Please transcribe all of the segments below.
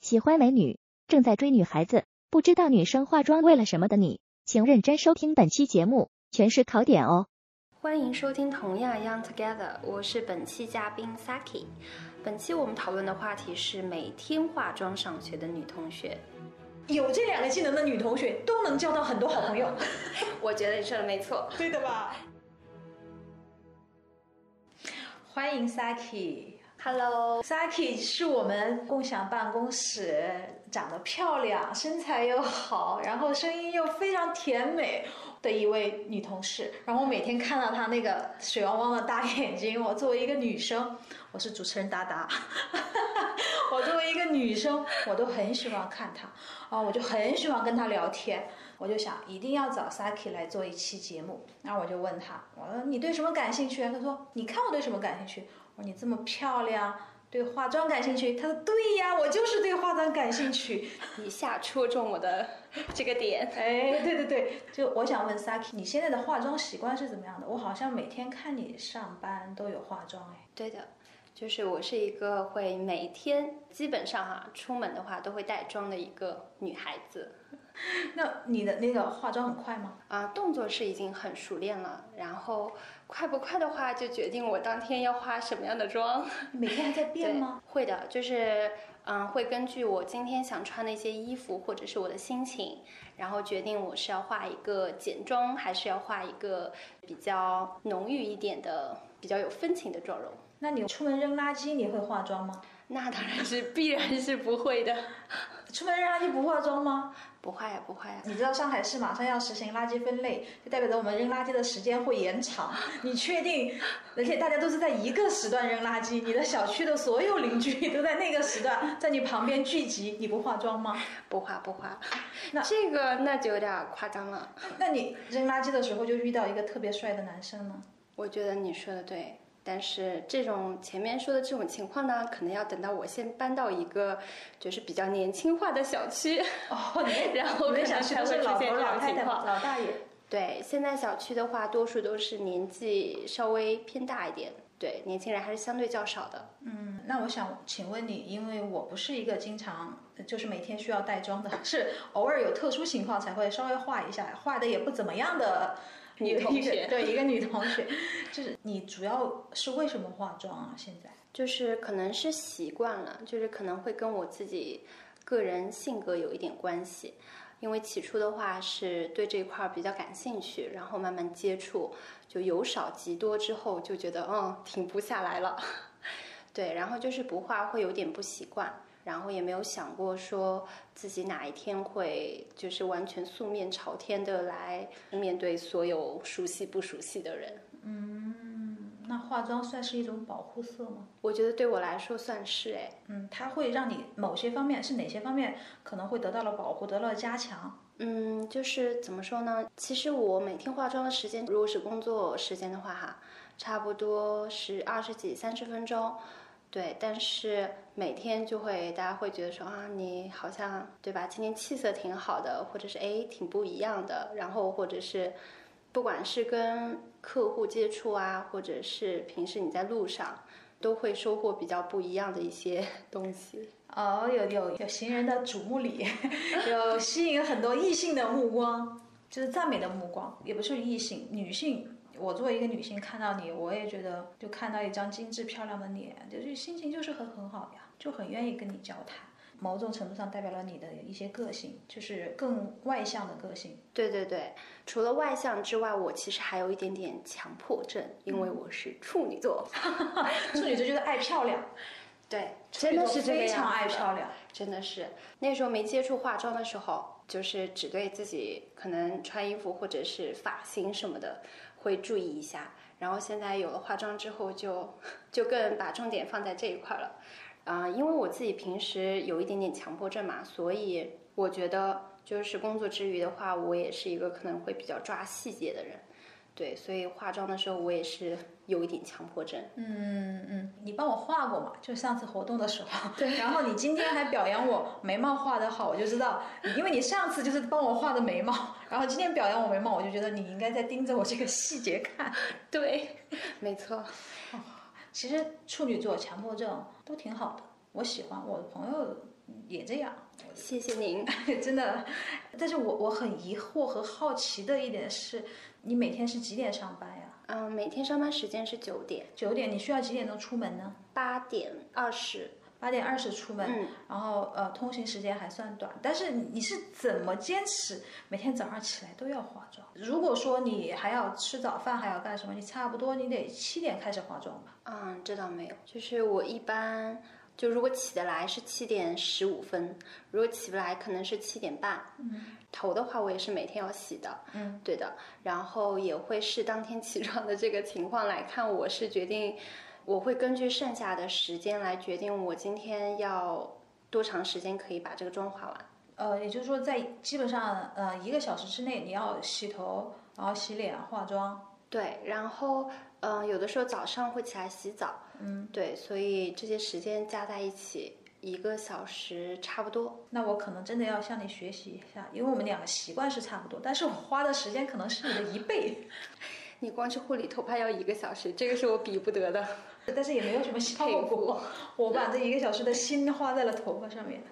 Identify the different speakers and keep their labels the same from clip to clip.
Speaker 1: 喜欢美女，正在追女孩子，不知道女生化妆为了什么的你，请认真收听本期节目，全是考点哦。
Speaker 2: 欢迎收听《同样 Young Together》，我是本期嘉宾 Saki。本期我们讨论的话题是每天化妆上学的女同学。
Speaker 3: 有这两个技能的女同学都能交到很多好朋友，
Speaker 2: 我觉得你说的没错。
Speaker 3: 对的吧？欢迎 Saki。
Speaker 2: Hello，
Speaker 3: Saki 是我们共享办公室，长得漂亮，身材又好，然后声音又非常甜美的一位女同事。然后我每天看到她那个水汪汪的大眼睛，我作为一个女生，我是主持人达 达，我作为一个女生，我都很喜欢看她啊，我就很喜欢跟她聊天。我就想一定要找 Saki 来做一期节目，然后我就问她，我说你对什么感兴趣？她说你看我对什么感兴趣？我说你这么漂亮，对化妆感兴趣？她说对呀，我就是对化妆感兴趣。
Speaker 2: 一下戳中我的这个点。
Speaker 3: 哎，对对对，就我想问 Saki，你现在的化妆习惯是怎么样的？我好像每天看你上班都有化妆，哎，
Speaker 2: 对的，就是我是一个会每天基本上哈、啊出门的话都会带妆的一个女孩子。
Speaker 3: 那你的那个化妆很快吗？
Speaker 2: 啊，动作是已经很熟练了，然后快不快的话，就决定我当天要化什么样的妆。
Speaker 3: 你每天还在变吗？
Speaker 2: 会的，就是嗯，会根据我今天想穿的一些衣服或者是我的心情，然后决定我是要画一个简妆，还是要画一个比较浓郁一点的、比较有风情的妆容。
Speaker 3: 那你出门扔垃圾你会化妆吗？
Speaker 2: 那当然是必然是不会的，
Speaker 3: 出门扔垃圾不化妆吗？
Speaker 2: 不会呀，不会呀。
Speaker 3: 你知道上海市马上要实行垃圾分类，就代表着我们扔垃圾的时间会延长。你确定？而且大家都是在一个时段扔垃圾，你的小区的所有邻居都在那个时段在你旁边聚集，你不化妆吗？
Speaker 2: 不画不画，
Speaker 3: 啊 那
Speaker 2: 这个那就有点夸张了。
Speaker 3: 那你扔垃圾的时候就遇到一个特别帅的男生呢？
Speaker 2: 我觉得你说的对，但是这种前面说的这种情况呢，可能要等到我先搬到一个就是比较年轻化的小区，
Speaker 3: 哦，你 那
Speaker 2: 然后可
Speaker 3: 你那
Speaker 2: 能
Speaker 3: 小区
Speaker 2: 才
Speaker 3: 都
Speaker 2: 会
Speaker 3: 是
Speaker 2: 出现这
Speaker 3: 老头老
Speaker 2: 种
Speaker 3: 太
Speaker 2: 情
Speaker 3: 太、
Speaker 2: 况。
Speaker 3: 老大爷。
Speaker 2: 对，现在小区的话，多数都是年纪稍微偏大一点，对，年轻人还是相对较少的。
Speaker 3: 嗯，那我想请问你，因为我不是一个经常呃就是每天需要带妆的，是偶尔有特殊情况才会稍微化一下，化的也不怎么样的
Speaker 2: 女同学
Speaker 3: 一个对，一个女同 学，就是你主要是为什么化妆啊？现在
Speaker 2: 就是可能是习惯了，就是可能会跟我自己个人性格有一点关系。因为起初的话是对这一块儿比较感兴趣，然后慢慢接触，就由少及多之后就觉得嗯停不下来了， 对，然后就是不画会有点不习惯，然后也没有想过说自己哪一天会就是完全素面朝天的来面对所有熟悉不熟悉的人。
Speaker 3: 那化妆算是一种保护色吗？
Speaker 2: 我觉得对我来说算是哎，
Speaker 3: 嗯，它会让你某些方面是哪些方面可能会得到了保护，得到了加强？
Speaker 2: 嗯，就是怎么说呢？其实我每天化妆的时间，如果是工作时间的话，哈，差不多是二十几、三十分钟。对，但是每天就会大家会觉得说啊，你好像对吧？今天气色挺好的，或者是哎挺不一样的，然后或者是不管是跟客户接触啊，或者是平时你在路上，都会收获比较不一样的一些 东西。
Speaker 3: 哦，有有有行人的瞩目礼， 有吸引很多异性的目光，就是赞美的目光，也不是异性，女性。我作为一个女性看到你，我也觉得就看到一张精致漂亮的脸，就是心情就是很很好呀，就很愿意跟你交谈。某种程度上代表了你的一些个性，就是更外向的个性。
Speaker 2: 对对对，除了外向之外，我其实还有一点点强迫症，因
Speaker 3: 嗯
Speaker 2: 为我是处女座。
Speaker 3: 处女座就是爱漂亮，
Speaker 2: 对，真的是这个
Speaker 3: 非
Speaker 2: 样
Speaker 3: 常
Speaker 2: 子
Speaker 3: 爱
Speaker 2: 的
Speaker 3: 漂亮。
Speaker 2: 真的是那时候没接触化妆的时候，就是只对自己可能穿衣服或者是发型什么的会注意一下，然后现在有了化妆之后就， 就更把重点放在这一块了。啊、因为我自己平时有一点点强迫症嘛，所以我觉得就是工作之余的话，我也是一个可能会比较抓细节的人，对，所以化妆的时候我也是有一点强迫症。
Speaker 3: 嗯嗯，你帮我画过嘛？就上次活动的时候，对。然后你今天还表扬我眉毛画得好，我就知道，因为你上次就是帮我画的眉毛， 然后今天表扬我眉毛，我就觉得你应该在盯着我这个细节看。
Speaker 2: 对， 没错。
Speaker 3: 其实处女座强迫症都挺好的，我喜欢。我的朋友也这样。
Speaker 2: 谢谢您。
Speaker 3: 真的，但是我我很疑惑和好奇的一点是，你每天是几点上班呀？
Speaker 2: 嗯，每天上班时间是九点、
Speaker 3: 九点，你需要几点钟出门呢？
Speaker 2: 八点、二十。
Speaker 3: 八点二十出门，
Speaker 2: 嗯
Speaker 3: 然后呃，通行时间还算短，但是你是怎么坚持每天早上起来都要化妆？如果说你还要吃早饭，还要干什么，你差不多你得七点开始化妆吧？
Speaker 2: 嗯，这倒没有，就是我一般就如果起得来是七点十五分，如果起不来可能是七点半。
Speaker 3: 嗯，
Speaker 2: 头的话我也是每天要洗的，
Speaker 3: 嗯，
Speaker 2: 对的，然后也会视当天起床的这个情况来看，我是决定，我会根据剩下的时间来决定我今天要多长时间可以把这个妆化完。
Speaker 3: 呃，也就是说在基本上呃一个小时之内，你要洗头，然后洗脸、化妆。
Speaker 2: 对，然后嗯、呃有的时候早上会起来洗澡，
Speaker 3: 嗯，
Speaker 2: 对，所以这些时间加在一起一个小时差不多。
Speaker 3: 那我可能真的要向你学习一下，因为我们两个习惯是差不多，但是我花的时间可能是你的一倍，
Speaker 2: 你光去护理头发要一个小时，这个是我比不得的。
Speaker 3: 但是也没有什么效果。我把这一个小时的心花在了头发上面。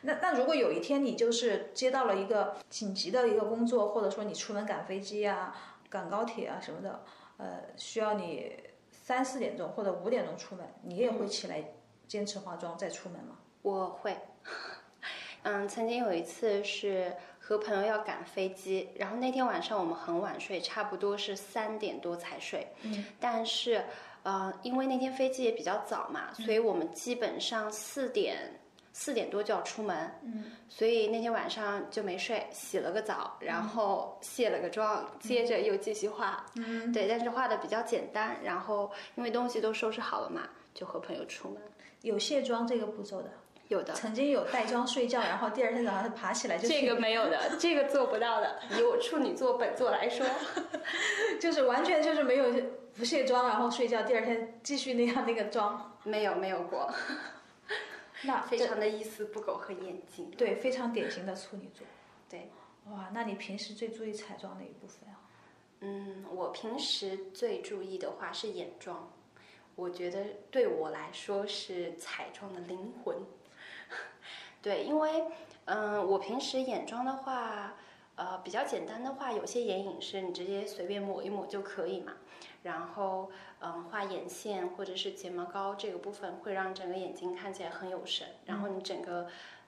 Speaker 3: 那那如果有一天你就是接到了一个紧急的一个工作，或者说你出门赶飞机啊、赶高铁啊什么的，呃，需要你三四点钟或者五点钟出门，你也会起来坚持化妆再出门吗？
Speaker 2: 我会， 嗯，曾经有一次是和朋友要赶飞机，然后那天晚上我们很晚睡，差不多是三点多才睡。
Speaker 3: 嗯，
Speaker 2: 但是，呃，因为那天飞机也比较早嘛，所以
Speaker 3: 嗯
Speaker 2: 我们基本上四点四点多就要出门。
Speaker 3: 嗯，
Speaker 2: 所以那天晚上就没睡，洗了个澡，然后卸了个妆，接着又继续化。
Speaker 3: 嗯，
Speaker 2: 对，但是化的比较简单，然后因为东西都收拾好了嘛，就和朋友出门。
Speaker 3: 有卸妆这个步骤的。
Speaker 2: 有的，
Speaker 3: 曾经有带妆睡觉，然后第二天早上爬起来就
Speaker 2: 这
Speaker 3: 去
Speaker 2: 个没有的，这个做不到的。以我处女座本座来说，
Speaker 3: 就是完全就是没有不卸妆，然后睡觉，第二天继续那样那个妆。
Speaker 2: 没有没有过，
Speaker 3: 那
Speaker 2: 非常的一丝不苟和严谨。
Speaker 3: 对，非常典型的处女座。
Speaker 2: 对，
Speaker 3: 哇，那你平时最注意彩妆哪一部分啊？
Speaker 2: 嗯，我平时最注意的话是眼妆，我觉得对我来说是彩妆的灵魂。 对，因为嗯、我平时眼妆的话，呃，比较简单的话，有些眼影是你直接随便抹一抹就可以嘛。然后嗯、画眼线或者是睫毛膏这个部分会让整个眼睛看起来很有神，然后你整个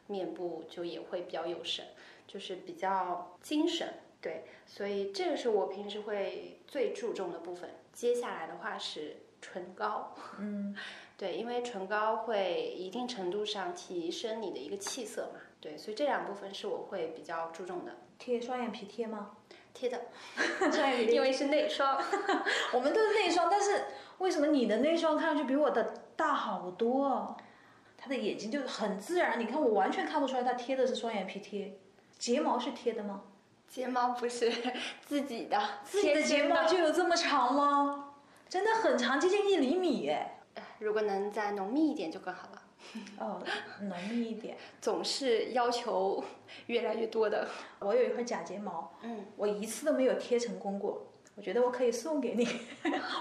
Speaker 2: 面部就也会比较有神，就是比较精神。对，所以这个是我平时会最注重的部分。接下来的话是唇膏，
Speaker 3: 嗯，
Speaker 2: 对，因为唇膏会一定程度上提升你的一个气色嘛，对，所以这两部分是我会比较注重 的。
Speaker 3: 贴双眼皮贴吗？
Speaker 2: 贴的，
Speaker 3: 双眼皮
Speaker 2: 因为是内双，
Speaker 3: 我们都是内双，但是为什么你的内双看上去比我的大好多啊？他的眼睛就是很自然，你看我完全看不出来他贴的是双眼皮贴，睫毛是贴的吗？
Speaker 2: 睫毛不是 自己的，
Speaker 3: 自己
Speaker 2: 贴
Speaker 3: 的睫
Speaker 2: 身
Speaker 3: 毛就有这么长吗？真的很长，接近一厘米哎。
Speaker 2: 哎如果能再浓密一点就更好了。
Speaker 3: 哦，浓密一点。
Speaker 2: 总是要求 越来越多的，
Speaker 3: 我有一块假睫毛，
Speaker 2: 嗯，
Speaker 3: 我一次都没有贴成功过。我觉得我可以送给 你，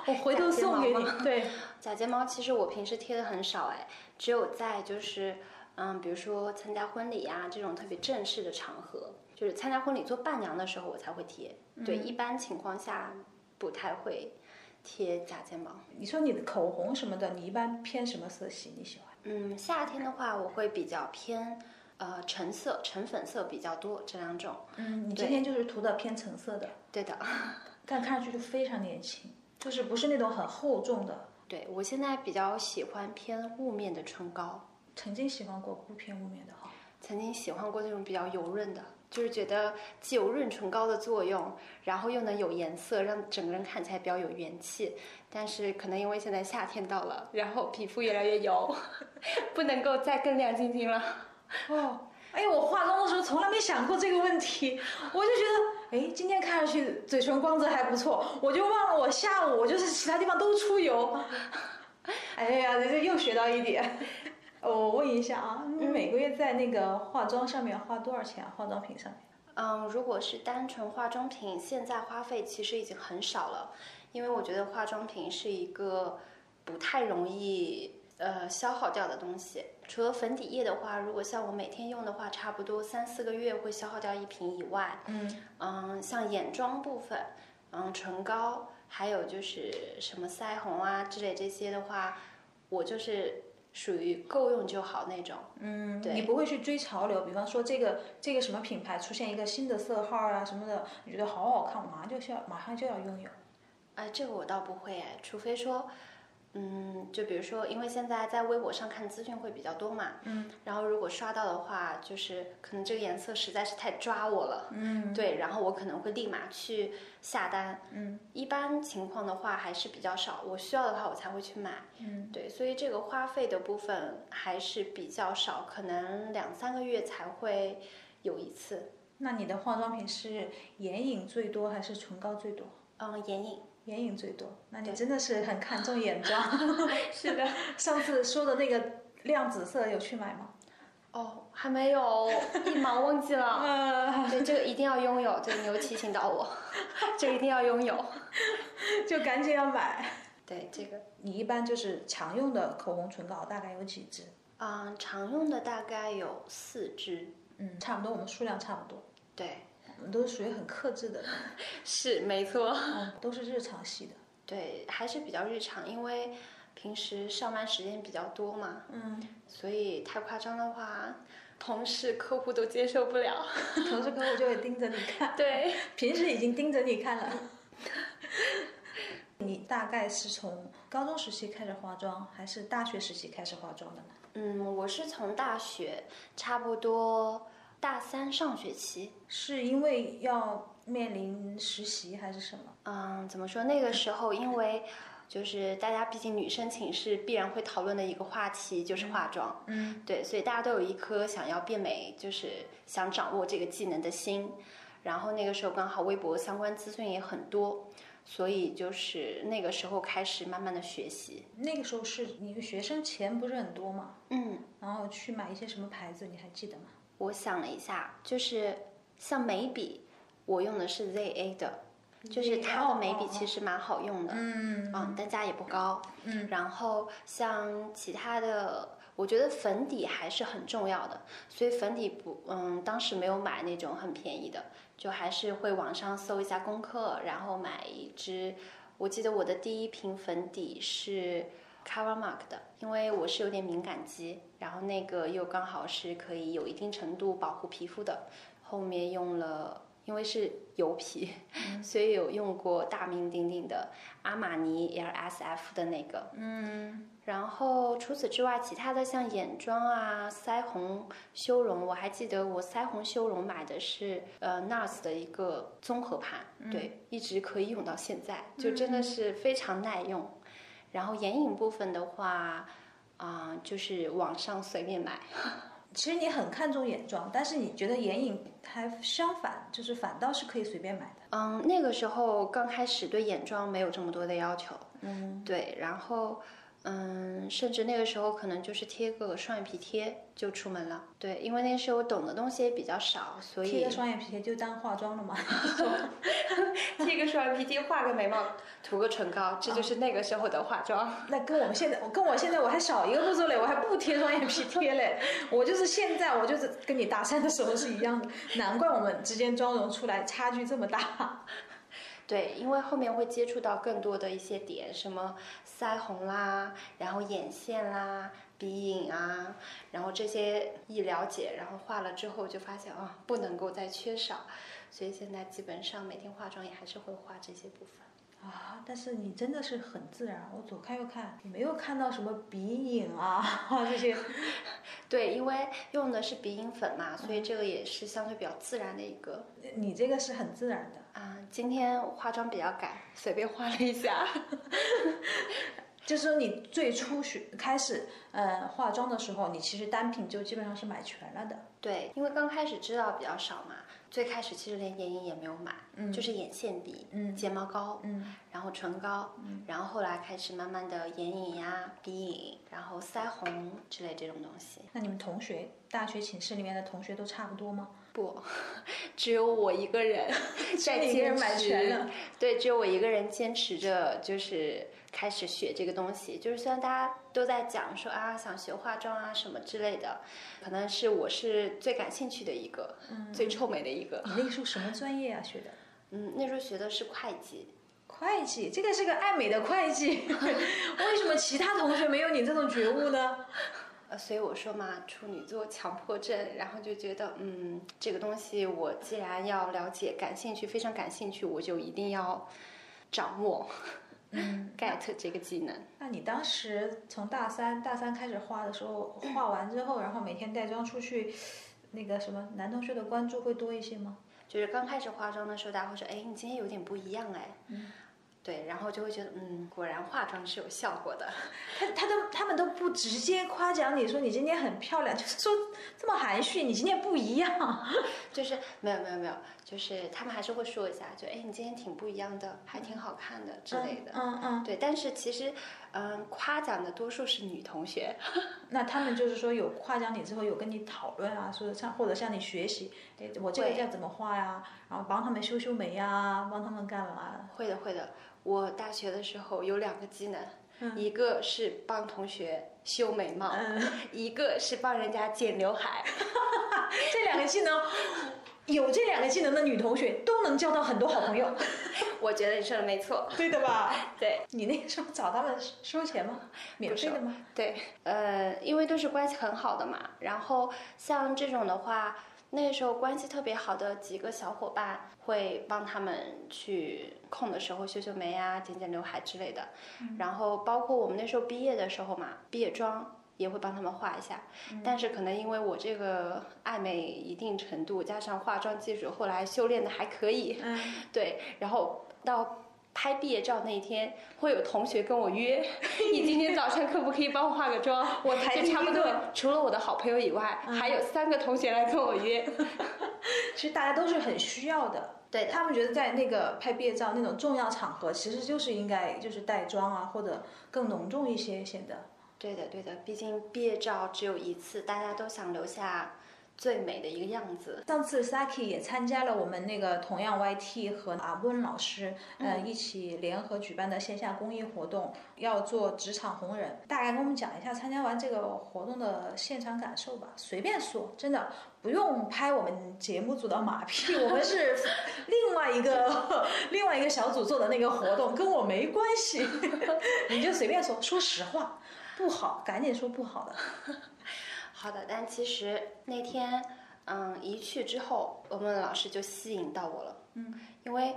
Speaker 3: 我回头送给
Speaker 2: 假
Speaker 3: 你
Speaker 2: 睫。
Speaker 3: 对，
Speaker 2: 假睫毛其实我平时贴的很少哎，只有在就是嗯，比如说参加婚礼啊呀、这种特别正式的场合，就是参加婚礼做伴娘的时候我才会贴。对，一般情况下不太会贴假睫毛。
Speaker 3: 你说你的口红什么的，你一般偏什么色系？你喜欢？
Speaker 2: 嗯，夏天的话我会比较偏呃橙色、橙粉色比较多这两种。
Speaker 3: 嗯，你
Speaker 2: 对
Speaker 3: 今天就是涂的偏橙色的，
Speaker 2: 对的，
Speaker 3: 但看上去就非常年轻，就是不是那种很厚重的。
Speaker 2: 对我现在比较喜欢偏雾面的唇膏。
Speaker 3: 曾经喜欢过不偏不面的哈。
Speaker 2: 曾经喜欢过这种比较油润的，就是觉得既有润唇膏的作用，然后又能有颜色，让整个人看起来比较有元气。但是可能因为现在夏天到了，然后皮肤越来越油， 不能够再更亮晶晶了。
Speaker 3: 哦，哎，我化妆的时候从来没想过这个问题，我就觉得，哎，今天看上去嘴唇光泽还不错，我就忘了我下午我就是其他地方都出油。哎呀，这又学到一点。我问一下啊，你每个月在那个化妆上面花多少钱啊？化妆品上面？
Speaker 2: 嗯，如果是单纯化妆品，现在花费其实已经很少了，因为我觉得化妆品是一个不太容易呃消耗掉的东西。除了粉底液的话，如果像我每天用的话，差不多三四个月会消耗掉一瓶以外，
Speaker 3: 嗯，
Speaker 2: 嗯，像眼妆部分，嗯，唇膏，还有就是什么腮红啊之类这些的话，我就是属于够用就好那种。
Speaker 3: 嗯，
Speaker 2: 对
Speaker 3: 你不会去追潮流，比方说这个这个什么品牌出现一个新的色号啊什么的，你觉得好好看，我马上就需要马上就要拥有。
Speaker 2: 哎，这个我倒不会哎，除非说，嗯，就比如说，因为现在在微博上看资讯会比较多嘛，
Speaker 3: 嗯，
Speaker 2: 然后如果刷到的话，就是可能这个颜色实在是太抓我了，
Speaker 3: 嗯，
Speaker 2: 对，然后我可能会立马去下单。
Speaker 3: 嗯
Speaker 2: 一般情况的话还是比较少，我需要的话我才会去买。
Speaker 3: 嗯
Speaker 2: 对，所以这个花费的部分还是比较少，可能两三个月才会有一次。
Speaker 3: 那你的化妆品是眼影最多还是唇膏最多？
Speaker 2: 嗯，眼影，
Speaker 3: 眼影最多，那你
Speaker 2: 对
Speaker 3: 真的是很看重眼妆。
Speaker 2: 是的。
Speaker 3: 上次说的那个亮紫色有去买吗？
Speaker 2: 哦，还没有，一忙忘记了。
Speaker 3: 呃，
Speaker 2: 对，这个一定要拥有，对，你又提醒到我， 这个一定要拥有。
Speaker 3: 就赶紧要买。
Speaker 2: 对，这个，
Speaker 3: 你一般就是常用的口红、唇膏大概有几支？
Speaker 2: 嗯，常用的大概有四支。
Speaker 3: 嗯，差不多，我们数量差不多。
Speaker 2: 对，
Speaker 3: 我们都是属于很克制的人，
Speaker 2: 是没错。
Speaker 3: 嗯，都是日常系的。
Speaker 2: 对，还是比较日常，因为平时上班时间比较多嘛，
Speaker 3: 嗯，
Speaker 2: 所以太夸张的话，同事、客户都接受不了。
Speaker 3: 同事跟我就会盯着你看，
Speaker 2: 对，
Speaker 3: 平时已经盯着你看了。 你大概是从高中时期开始化妆，还是大学时期开始化妆的呢？
Speaker 2: 嗯，我是从大学差不多大三上学期，
Speaker 3: 是因为要面临实习还是什么？
Speaker 2: 嗯，怎么说？那个时候因为。就是大家毕竟女生寝室必然会讨论的一个话题就是化妆，
Speaker 3: 嗯，
Speaker 2: 对，所以大家都有一颗想要变美，就是想掌握这个技能的心。然后那个时候刚好微博相关资讯也很多，所以就是那个时候开始慢慢的学习。
Speaker 3: 那个时候是你学生钱不是很多嘛，
Speaker 2: 嗯，
Speaker 3: 然后去买一些什么牌子，你还记得吗？
Speaker 2: 我想了一下，就是像眉笔，我用的是 ZA 的，就是它的
Speaker 3: 哦
Speaker 2: 眉笔其实蛮好用的，
Speaker 3: 嗯
Speaker 2: 嗯，单价也不高。
Speaker 3: 嗯
Speaker 2: 然后像其他的，我觉得粉底还是很重要的，所以粉底不，嗯，当时没有买那种很便宜的，就还是会网上搜一下功课，然后买一支。我记得我的第一瓶粉底是 Covermark 的，因为我是有点敏感肌，然后那个又刚好是可以有一定程度保护皮肤的。后面用了，因为是油皮，所以有用过大名鼎鼎的阿玛尼 LSF 的那个。
Speaker 3: 嗯，
Speaker 2: 然后除此之外，其他的像眼妆啊、腮红、修容，我还记得我腮红修容买的是呃 NARS 的一个综合盘，对，一直可以用到现在，就真的是非常耐用。然后眼影部分的话，啊、就是网上随便买。
Speaker 3: 其实你很看重眼妆，但是你觉得眼影还相反，就是反倒是可以随便买的。
Speaker 2: 嗯，那个时候刚开始对眼妆没有这么多的要求，
Speaker 3: 嗯，
Speaker 2: 对，然后嗯，甚至那个时候可能就是贴个双眼皮贴就出门了，对，因为那时候懂的东西也比较少，所以
Speaker 3: 贴个双眼皮贴就当化妆了嘛。
Speaker 2: 贴个双眼皮贴，画个眉毛， 涂个唇膏，这就是那个时候的化妆。
Speaker 3: 那跟我们现在，我跟我现在我还少一个步骤嘞，我还不贴双眼皮贴嘞，我就是现在我就是跟你搭讪的时候是一样的，难怪我们之间妆容出来差距这么大。
Speaker 2: 对，因为后面会接触到更多的一些点，什么腮红啦，然后眼线啦、鼻影啊，然后这些一了解，然后画了之后就发现啊，不能够再缺少，所以现在基本上每天化妆也还是会画这些部分。
Speaker 3: 啊！但是你真的是很自然，我左看右看，也没有看到什么鼻影啊 这些。
Speaker 2: 对，因为用的是鼻影粉嘛，所以这个也是相对比较自然的一个。
Speaker 3: 你这个是很自然的。
Speaker 2: 啊、今天化妆比较赶，随便画了一下。
Speaker 3: 就是说你最初学开始，呃，化妆的时候，你其实单品就基本上是买全了的。
Speaker 2: 对，因为刚开始知道比较少嘛，最开始其实连眼影也没有买，
Speaker 3: 嗯
Speaker 2: 就是眼线笔、
Speaker 3: 嗯
Speaker 2: 睫毛膏，
Speaker 3: 嗯
Speaker 2: 然后唇膏，然后后来开始慢慢的眼影呀、鼻影，然后腮红之类这种东西。
Speaker 3: 那你们同学大学寝室里面的同学都差不多吗？
Speaker 2: 不，只有我一个 人在
Speaker 3: 你一个人
Speaker 2: 坚
Speaker 3: 买全
Speaker 2: 持
Speaker 3: 了。
Speaker 2: 对，只有我一个人坚持着，就是开始学这个东西。就是虽然大家都在讲说啊，想学化妆啊什么之类的，可能是我是最感兴趣的一个，最臭美的一个。
Speaker 3: 你那个时候什么专业啊？学的？
Speaker 2: 嗯，那时候学的是会计，
Speaker 3: 会计，这个是个爱美的会计。 为什么其他同学没有你这种觉悟呢？
Speaker 2: 呃，所以我说嘛，处女座强迫症，然后就觉得，嗯，这个东西我既然要了解、感兴趣，非常感兴趣，我就一定要掌握、get
Speaker 3: 嗯
Speaker 2: 这个技能。
Speaker 3: 那你当时从大三大三开始画的时候，画完之后，然后每天带妆出去，那个什么男同学的关注会多一些吗？
Speaker 2: 就是刚开始化妆的时候，大家会说，哎，你今天有点不一样，哎，
Speaker 3: 嗯
Speaker 2: 对，然后就会觉得，嗯，果然化妆是有效果的。
Speaker 3: 他他都他们都不直接夸奖你说你今天很漂亮，就是说这么含蓄，你今天不一样。
Speaker 2: 就是没有没有没有，就是他们还是会说一下，就哎，你今天挺不一样的，还挺好看的之类的。
Speaker 3: 嗯嗯，
Speaker 2: 对，但是其实，嗯，夸奖的多数是女同学。
Speaker 3: 那他们就是说有夸奖你之后有跟你讨论啊，说像或者向你学习，哎，我这个
Speaker 2: 会
Speaker 3: 要怎么画呀、然后帮他们修修眉呀、帮他们干嘛？
Speaker 2: 会的，会的。我大学的时候有两个技能，
Speaker 3: 嗯
Speaker 2: 一个是帮同学修眉毛，
Speaker 3: 嗯，
Speaker 2: 一个是帮人家剪刘海。
Speaker 3: 这两个技能，有这两个技能的女同学都能交到很多好朋友，
Speaker 2: 我觉得你说的没错，
Speaker 3: 对的吧？
Speaker 2: 对
Speaker 3: 你那个时候找他们收钱吗？免费的吗？
Speaker 2: 对，呃，因为都是关系很好的嘛。然后像这种的话，那个时候关系特别好的几个小伙伴会帮他们去空的时候修修眉啊、剪剪刘海之类的。然后包括我们那时候毕业的时候嘛，毕业妆也会帮他们画一下。
Speaker 3: 嗯
Speaker 2: 但是可能因为我这个爱美一定程度，加上化妆技术后来修炼的还可以，
Speaker 3: 嗯，
Speaker 2: 对，然后到。拍毕业照那一天，会有同学跟我 约，你今天早上可不可以帮我化个妆？
Speaker 3: 我才
Speaker 2: 就
Speaker 3: 第一
Speaker 2: 差不多
Speaker 3: 个，
Speaker 2: 除了我的好朋友以外，
Speaker 3: 嗯
Speaker 2: 还有三个同学来跟我 约。
Speaker 3: 其实大家都是很需要的。
Speaker 2: 对
Speaker 3: 他们觉得在那个拍毕业照那种重要场合，其实就是应该就是带妆啊，或者更隆重一些，显得。
Speaker 2: 对的，对的，毕竟毕业照只有一次，大家都想留下最美的一个样子。
Speaker 3: 上次 Saki 也参加了我们那个同样 YT 和阿温老师，呃，一起联合举办的线下公益活动，要做职场红人。大概跟我们讲一下参加完这个活动的现场感受吧，随便说，真的不用拍我们节目组的马屁，我们是另外一个另外一个小组做的那个活动，跟我没关系，你就随便说，说实话，不好赶紧说不好的。
Speaker 2: 好的，但其实那天，嗯，一去之后，我们老师就吸引到我了。嗯，因为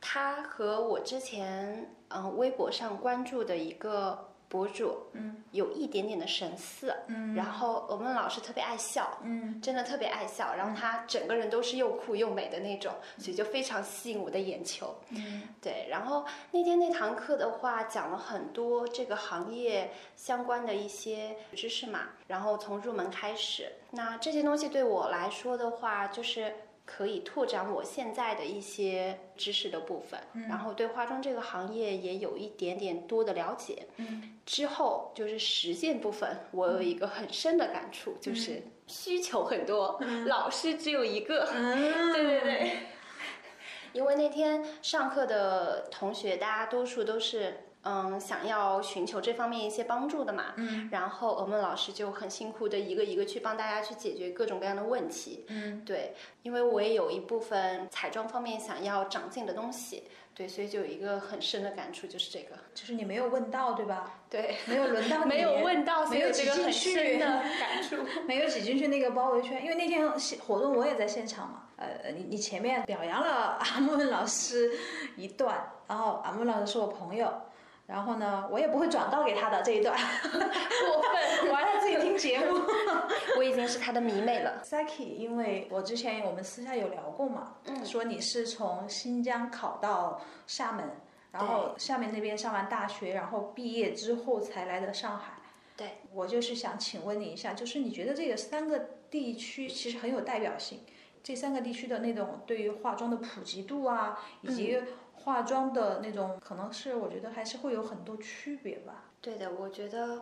Speaker 2: 他和我之前嗯微博上关注的一个博主，嗯，有一点点的神似。嗯，然后我们老师特别爱笑。
Speaker 3: 嗯，
Speaker 2: 真的特别爱笑，然后他整个人都是又酷又美的那种，所以就非常吸引我的眼球。
Speaker 3: 嗯，
Speaker 2: 对。然后那天那堂课的话，讲了很多这个行业相关的一些知识嘛，然后从入门开始。那这些东西对我来说的话，就是。可以拓展我现在的一些知识的部分，
Speaker 3: 嗯
Speaker 2: 然后对化妆这个行业也有一点点多的了解。
Speaker 3: 嗯
Speaker 2: 之后就是实践部分，我有一个很深的感触，就是需求很多，老师只有一个。
Speaker 3: 嗯，
Speaker 2: 对对对。因为那天上课的同学，大家多数都是嗯想要寻求这方面一些帮助的嘛，嗯，然后我们老师就很辛苦的一个一个去帮大家去解决各种各样的问题，嗯，对，因为我也有一部分彩妆方面想要长进的东西，对，所以就有一个很深的感触，就是这个，
Speaker 3: 就是你没有问到，对吧？
Speaker 2: 对。
Speaker 3: 没有轮到 你，
Speaker 2: 没有问到，所
Speaker 3: 没
Speaker 2: 以
Speaker 3: 有
Speaker 2: 这
Speaker 3: 挤
Speaker 2: 个
Speaker 3: 进
Speaker 2: 很
Speaker 3: 去
Speaker 2: 深的，感 触。
Speaker 3: 没有挤进去那个包围圈。因为那天现活动我也在现场嘛，呃，你你前面表扬了阿木老师一段，然后阿木老师是我朋友，然后呢，我也不会转告给他的这一段，
Speaker 2: 过分，
Speaker 3: 我让他自己听节目。
Speaker 2: 我已经是他的迷妹了。
Speaker 3: Saki，因为我之前我们私下有聊过嘛，
Speaker 2: 嗯
Speaker 3: 说你是从新疆考到厦门，然后厦门那边上完大学，然后毕业之后才来的上海。
Speaker 2: 对，
Speaker 3: 我就是想请问你一下，就是你觉得这个三个地区其实很有代表性，这三个地区的那种对于化妆的普及度啊，以
Speaker 2: 嗯
Speaker 3: 及化妆的那种，可能是我觉得还是会有很多区别吧。
Speaker 2: 对的，我觉得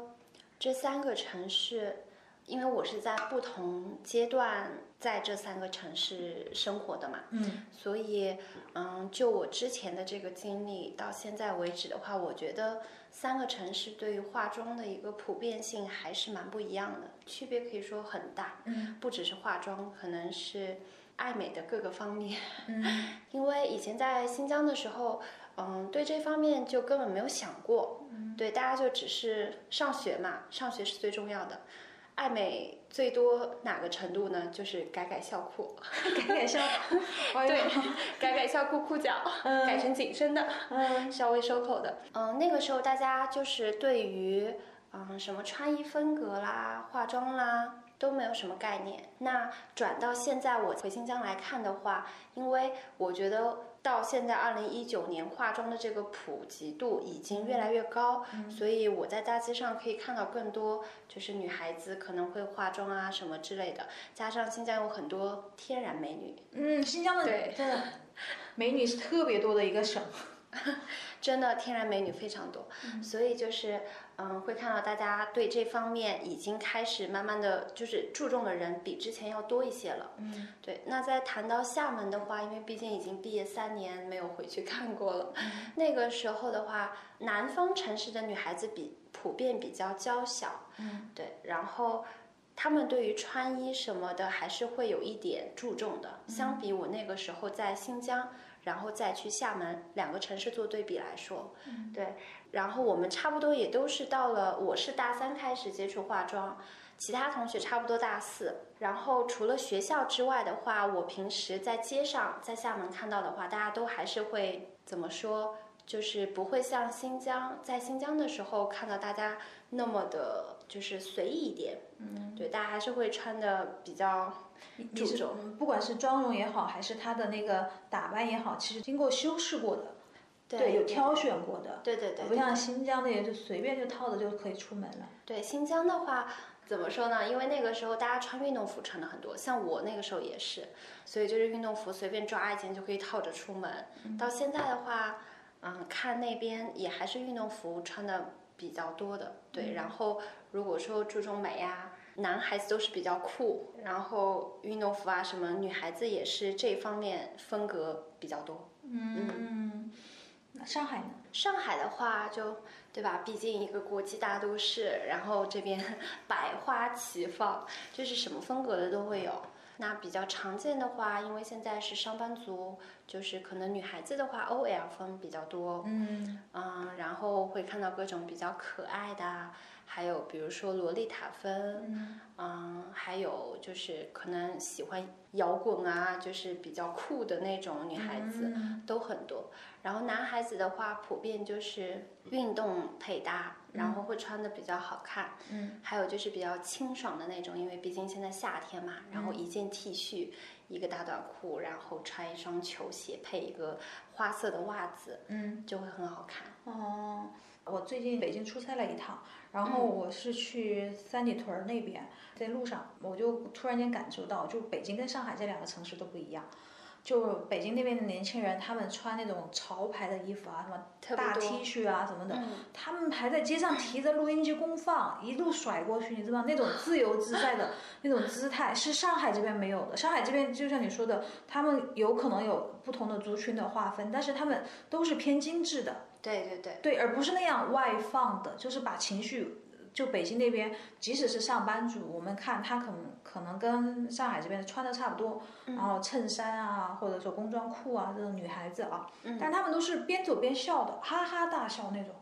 Speaker 2: 这三个城市，因为我是在不同阶段在这三个城市生活的嘛，
Speaker 3: 嗯
Speaker 2: 所以，嗯，就我之前的这个经历到现在为止的话，我觉得三个城市对于化妆的一个普遍性还是蛮不一样的，区别可以说很大，
Speaker 3: 嗯
Speaker 2: 不只是化妆，可能是爱美的各个方面。
Speaker 3: 嗯
Speaker 2: 因为以前在新疆的时候，嗯，对这方面就根本没有想过，对，大家就只是上学嘛，上学是最重要的。爱美最多哪个程度呢？就是改改校裤，
Speaker 3: 改 改校裤，哎呦
Speaker 2: 对， 改改校裤裤脚，
Speaker 3: 嗯
Speaker 2: 改成紧身的，
Speaker 3: 嗯
Speaker 2: 稍微收口的。嗯，那个时候大家就是对于嗯什么穿衣风格啦、化妆啦都没有什么概念。那转到现在我回新疆来看的话，因为我觉得到现在二零一九年化妆的这个普及度已经越来越高，
Speaker 3: 嗯
Speaker 2: 所以我在大街上可以看到更多就是女孩子可能会化妆啊什么之类的。加上新疆有很多天然美女，
Speaker 3: 嗯，新疆的
Speaker 2: 对
Speaker 3: 真的美女是特别多的一个省，
Speaker 2: 真的天然美女非常多，所以就是嗯，会看到大家对这方面已经开始慢慢的就是注重的人比之前要多一些了。
Speaker 3: 嗯
Speaker 2: 对，那在谈到厦门的话，因为毕竟已经毕业三年没有回去看过了， 那个时候的话，南方城市的女孩子比普遍比较娇小，
Speaker 3: 嗯
Speaker 2: 对，然后。她们对于穿衣什么的还是会有一点注重的，相比我那个时候在新疆，然后再去厦门两个城市做对比来说，
Speaker 3: 嗯
Speaker 2: 对，然后我们差不多也都是到了，我是大三开始接触化妆，其他同学差不多大四。然后除了学校之外的话，我平时在街上，在厦门看到的话，大家都还是会怎么说？就是不会像新疆，在新疆的时候看到大家那么的，就是随意一点。
Speaker 3: 嗯，
Speaker 2: 对，大家还是会穿的比较
Speaker 3: 你
Speaker 2: 注
Speaker 3: 你是
Speaker 2: 重
Speaker 3: 嗯不管是妆容也好，还是她的那个打扮也好，其实经过修饰过的，有挑。选过的，
Speaker 2: 对对对
Speaker 3: 不，像新疆那些就随便就套着就可以出门了。
Speaker 2: 对新疆的话，怎么说呢？因为那个时候大家穿运动服穿的很多，像我那个时候也是，所以就是运动服随便抓一件就可以套着出门。到现在的话，嗯，看那边也还是运动服穿的比较多的，对。然后如果说注重美呀、男孩子都是比较酷，然后运动服啊什么，女孩子也是这方面风格比较多。
Speaker 3: 嗯，那上海呢？
Speaker 2: 上海的话就，对吧？毕竟一个国际大都市，然后这边 百花齐放，就是什么风格的都会有。那比较常见的话，因为现在是上班族，就是可能女孩子的话，OL 风比较多，
Speaker 3: 嗯
Speaker 2: 嗯，然后会看到各种比较可爱的啊，还有比如说洛丽塔风，
Speaker 3: 嗯
Speaker 2: 嗯，还有就是可能喜欢摇滚啊，就是比较酷的那种女孩子，
Speaker 3: 嗯
Speaker 2: 都很多。然后男孩子的话，普遍就是运动配搭，然后会穿的比较好看，
Speaker 3: 嗯
Speaker 2: 还有就是比较清爽的那种，因为毕竟现在夏天嘛，然
Speaker 3: 嗯
Speaker 2: 后一件 T 恤，一个大短裤，然后穿一双球鞋，配一个花色的袜子，
Speaker 3: 嗯
Speaker 2: 就会很好看。
Speaker 3: 哦，我最近北京出差了一趟，然后
Speaker 2: 嗯
Speaker 3: 我是去三里屯儿那边，在路上我就突然间感受到，就北京跟上海这两个城市都不一样。就北京那边的年轻人，他们穿那种潮牌的衣服啊，什
Speaker 2: 特别
Speaker 3: 么大
Speaker 2: 多
Speaker 3: T 恤啊什么的，
Speaker 2: 嗯
Speaker 3: 他们还在街上提着录音机公放，一路甩过去，你知道吗？那种自由自在的那种姿态是上海这边没有的。上海这边就像你说的，他们有可能有不同的族群的划分，但是他们都是偏精致的，
Speaker 2: 对对对，
Speaker 3: 对，而不是那样外放的，就是把情绪。就北京那边，即使是上班族，我们看他可能可能跟上海这边穿的差不多，然后衬衫啊，或者说工装裤啊，这种女孩子啊，但他们都是边走边笑的，哈哈大笑那种。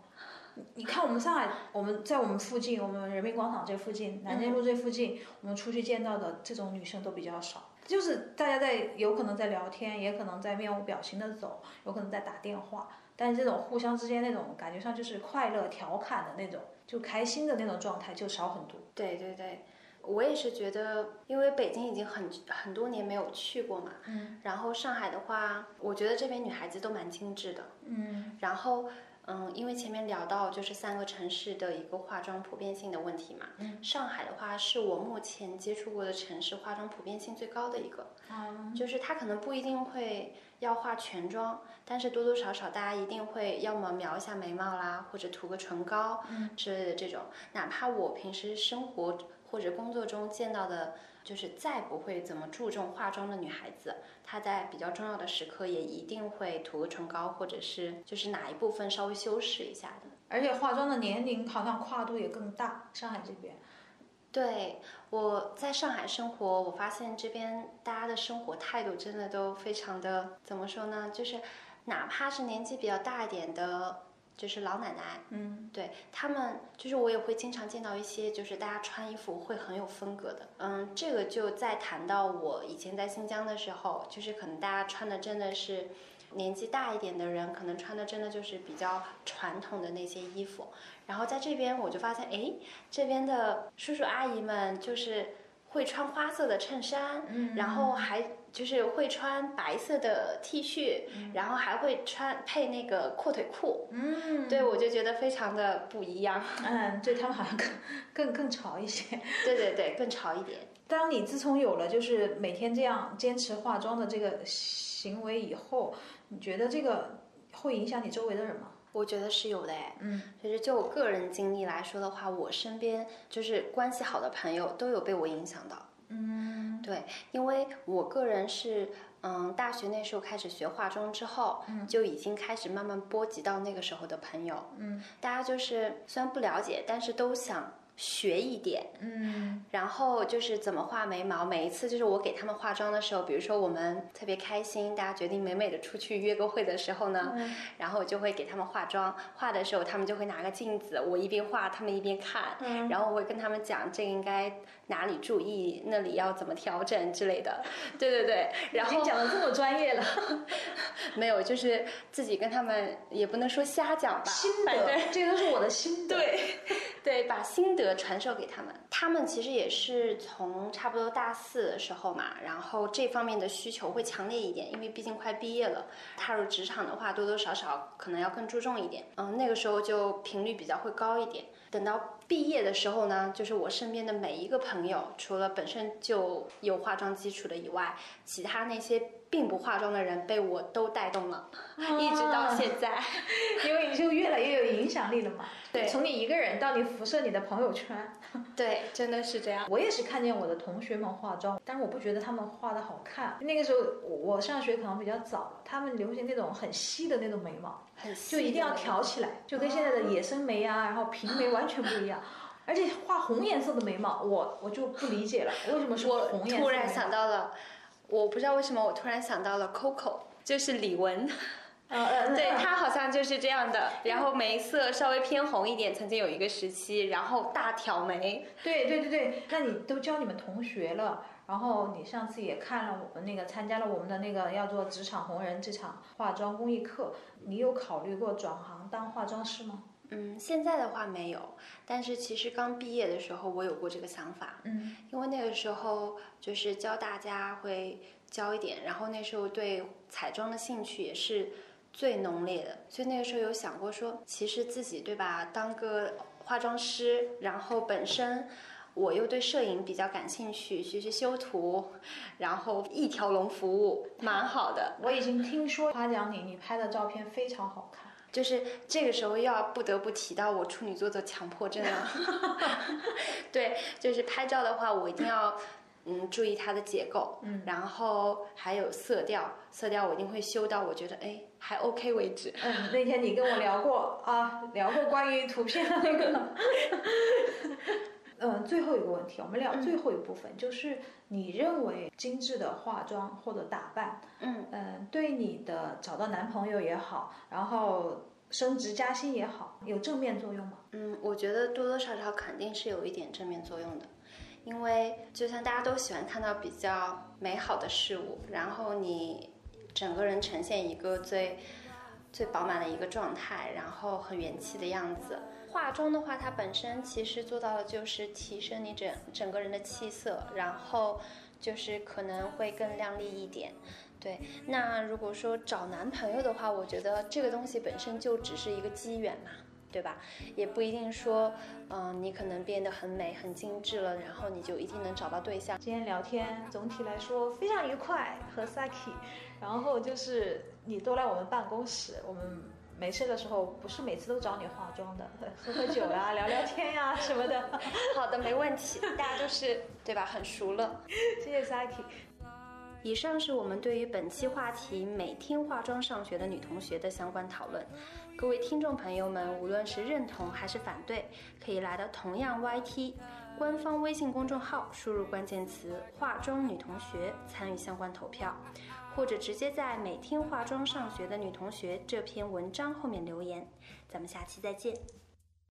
Speaker 3: 你你看我们上海，我们在我们附近，我们人民广场这附近、南京路这附近，我们出去见到的这种女生都比较少，就是大家在有可能在聊天，也可能在面无表情的走，有可能在打电话，但是这种互相之间那种感觉上就是快乐调侃的那种，就开心的那种状态就少很多。
Speaker 2: 对对对，我也是觉得，因为北京已经很很多年没有去过嘛，
Speaker 3: 嗯
Speaker 2: 然后上海的话，我觉得这边女孩子都蛮精致的。
Speaker 3: 嗯
Speaker 2: 然后，嗯，因为前面聊到就是三个城市的一个化妆普遍性的问题嘛，
Speaker 3: 嗯
Speaker 2: 上海的话是我目前接触过的城市化妆普遍性最高的一个，
Speaker 3: 嗯
Speaker 2: 就是它可能不一定会要化全妆，但是多多少少大家一定会要么描一下眉毛啦，或者涂个唇膏
Speaker 3: 嗯
Speaker 2: 之类的这种，哪怕我平时生活。或者工作中见到的，就是再不会怎么注重化妆的女孩子，她在比较重要的时刻也一定会涂个唇膏，或者是就是哪一部分稍微修饰一下的。
Speaker 3: 而且化妆的年龄好像跨度也更大，上海这边。
Speaker 2: 对，我在上海生活，我发现这边大家的生活态度真的都非常的怎么说呢？就是哪怕是年纪比较大一点的，就是老奶奶，
Speaker 3: 嗯，
Speaker 2: 对他们，就是我也会经常见到一些，就是大家穿衣服会很有风格的。嗯，这个就在谈到我以前在新疆的时候，就是可能大家穿的真的是年纪大一点的人，可能穿的真的就是比较传统的那些衣服。然后在这边我就发现，哎，这边的叔叔阿姨们就是会穿花色的衬衫，
Speaker 3: 嗯
Speaker 2: 然后还就是会穿白色的 T 恤，然后还会穿配那个阔腿裤。
Speaker 3: 嗯，
Speaker 2: 对，我就觉得非常的不一样。
Speaker 3: 嗯，对他们好像更更更潮一些。
Speaker 2: 对对对，更潮一点。
Speaker 3: 当你自从有了就是每天这样坚持化妆的这个行为以后，你觉得这个会影响你周围的人吗？
Speaker 2: 我觉得是有的哎，
Speaker 3: 嗯，
Speaker 2: 就是就我个人经历来说的话，我身边就是关系好的朋友都有被我影响到。
Speaker 3: 嗯，
Speaker 2: 对，因为我个人是，嗯，大学那时候开始学化妆之后，就已经开始慢慢波及到那个时候的朋友。
Speaker 3: 嗯，
Speaker 2: 大家就是虽然不了解，但是都想学一点。
Speaker 3: 嗯，
Speaker 2: 然后就是怎么画眉毛，每一次就是我给他们化妆的时候，比如说我们特别开心，大家决定美美的出去约个会的时候呢，
Speaker 3: 嗯
Speaker 2: 然后我就会给他们化妆。画的时候，他们就会拿个镜子，我一边画，他们一边看，
Speaker 3: 嗯
Speaker 2: 然后我会跟他们讲这个应该哪里注意，那里要怎么调整之类的。对对对，然
Speaker 3: 已
Speaker 2: 后
Speaker 3: 经讲的这么专业了，
Speaker 2: 没有，就是自己跟他们也不能说瞎讲吧，
Speaker 3: 心
Speaker 2: 反正
Speaker 3: 得，这个都是我的心得。对，
Speaker 2: 对，把心得传授给他们。他们其实也是从差不多大四的时候嘛，然后这方面的需求会强烈一点，因为毕竟快毕业了，踏入职场的话，多多少少可能要更注重一点。嗯，那个时候就频率比较会高一点。等到毕业的时候呢，就是我身边的每一个朋友，除了本身就有化妆基础的以外，其他那些并不化妆的人被我都带动了，
Speaker 3: 啊
Speaker 2: 一直到现在。
Speaker 3: 因为你就越来越有影响力了嘛。
Speaker 2: 对
Speaker 3: 从你一个人到你辐射你的朋友圈。
Speaker 2: 对，真的是这样。
Speaker 3: 我也是看见我的同学们化妆，但是我不觉得他们画的好看。那个时候我我上学可能比较早了，他们流行那种很细的那种眉毛，
Speaker 2: 很细
Speaker 3: 就一定要
Speaker 2: 的哦
Speaker 3: 挑起来，就跟现在的野生眉啊，然后平眉完全不 一样。而且画红颜色的眉毛，我我就不理解了，为什么是
Speaker 2: 我
Speaker 3: 红颜色的眉毛？
Speaker 2: 突然想到了，我不知道为什么我突然想到了 Coco，就是李玟，
Speaker 3: 呃，呃呃
Speaker 2: 对她好像就是这样的，然后眉色稍微偏红一点，曾经有一个时期，然后大挑眉，
Speaker 3: 对对对对，那你都教你们同学了，然后你上次也看了我们那个参加了我们的那个要做职场红人这场化妆公益课，你有考虑过转行当化妆师吗？
Speaker 2: 嗯，现在的话没有，但是其实刚毕业的时候我有过这个想法，
Speaker 3: 嗯
Speaker 2: 因为那个时候就是教大家会教一点，然后那时候对彩妆的兴趣也是最浓烈的，所以那个时候有想过说，其实自己对吧，当个化妆师，然后本身。我又对摄影比较感兴趣，学学修图，然后一条龙服务，蛮好的。
Speaker 3: 我已经听说夸奖你，你拍的照片非常好看。
Speaker 2: 就是这个时候要不得不提到我处女座的强迫症了。 对，就是拍照的话，我一定要嗯注意它的结构，
Speaker 3: 嗯
Speaker 2: 然后还有色调，色调我一定会修到我觉得哎还 OK 为止。
Speaker 3: 嗯，那天你跟我聊过啊，聊过关于图片的那个。 嗯，最后一个问题，我们聊最后一部分，就是你认为精致的化妆或者打扮，
Speaker 2: 嗯
Speaker 3: 嗯，对你的找到男朋友也好，然后升职加薪也好，有正面作用吗？
Speaker 2: 嗯，我觉得多多少少肯定是有一点正面作用的。因为就像大家都喜欢看到比较美好的事物，然后你整个人呈现一个最最饱满的一个状态，然后很元气的样子。化妆的话，它本身其实做到的就是提升你整整个人的气色，然后就是可能会更靓丽一点。对，那如果说找男朋友的话，我觉得这个东西本身就只是一个机缘嘛，对吧？也不一定说，嗯、你可能变得很美、很精致了，然后你就一定能找到对象。
Speaker 3: 今天聊天总体来说非常愉快，和 Saki，然后就是你都来我们办公室，我们没事的时候，不是每次都找你化妆的， 喝喝酒呀、聊聊天呀、什么的。
Speaker 2: 好的，没问题，大家就是对吧，很熟了。
Speaker 3: 谢谢 Saki。
Speaker 2: 以上是我们对于本期话题“每天化妆上学的女同学”的相关讨论。各位听众朋友们，无论是认同还是反对，可以来到同样 YT 官方微信公众号，输入关键词“化妆女同学”参与相关投票，或者直接在“每天化妆上学的女同学”这篇文章后面留言。咱们下期再见。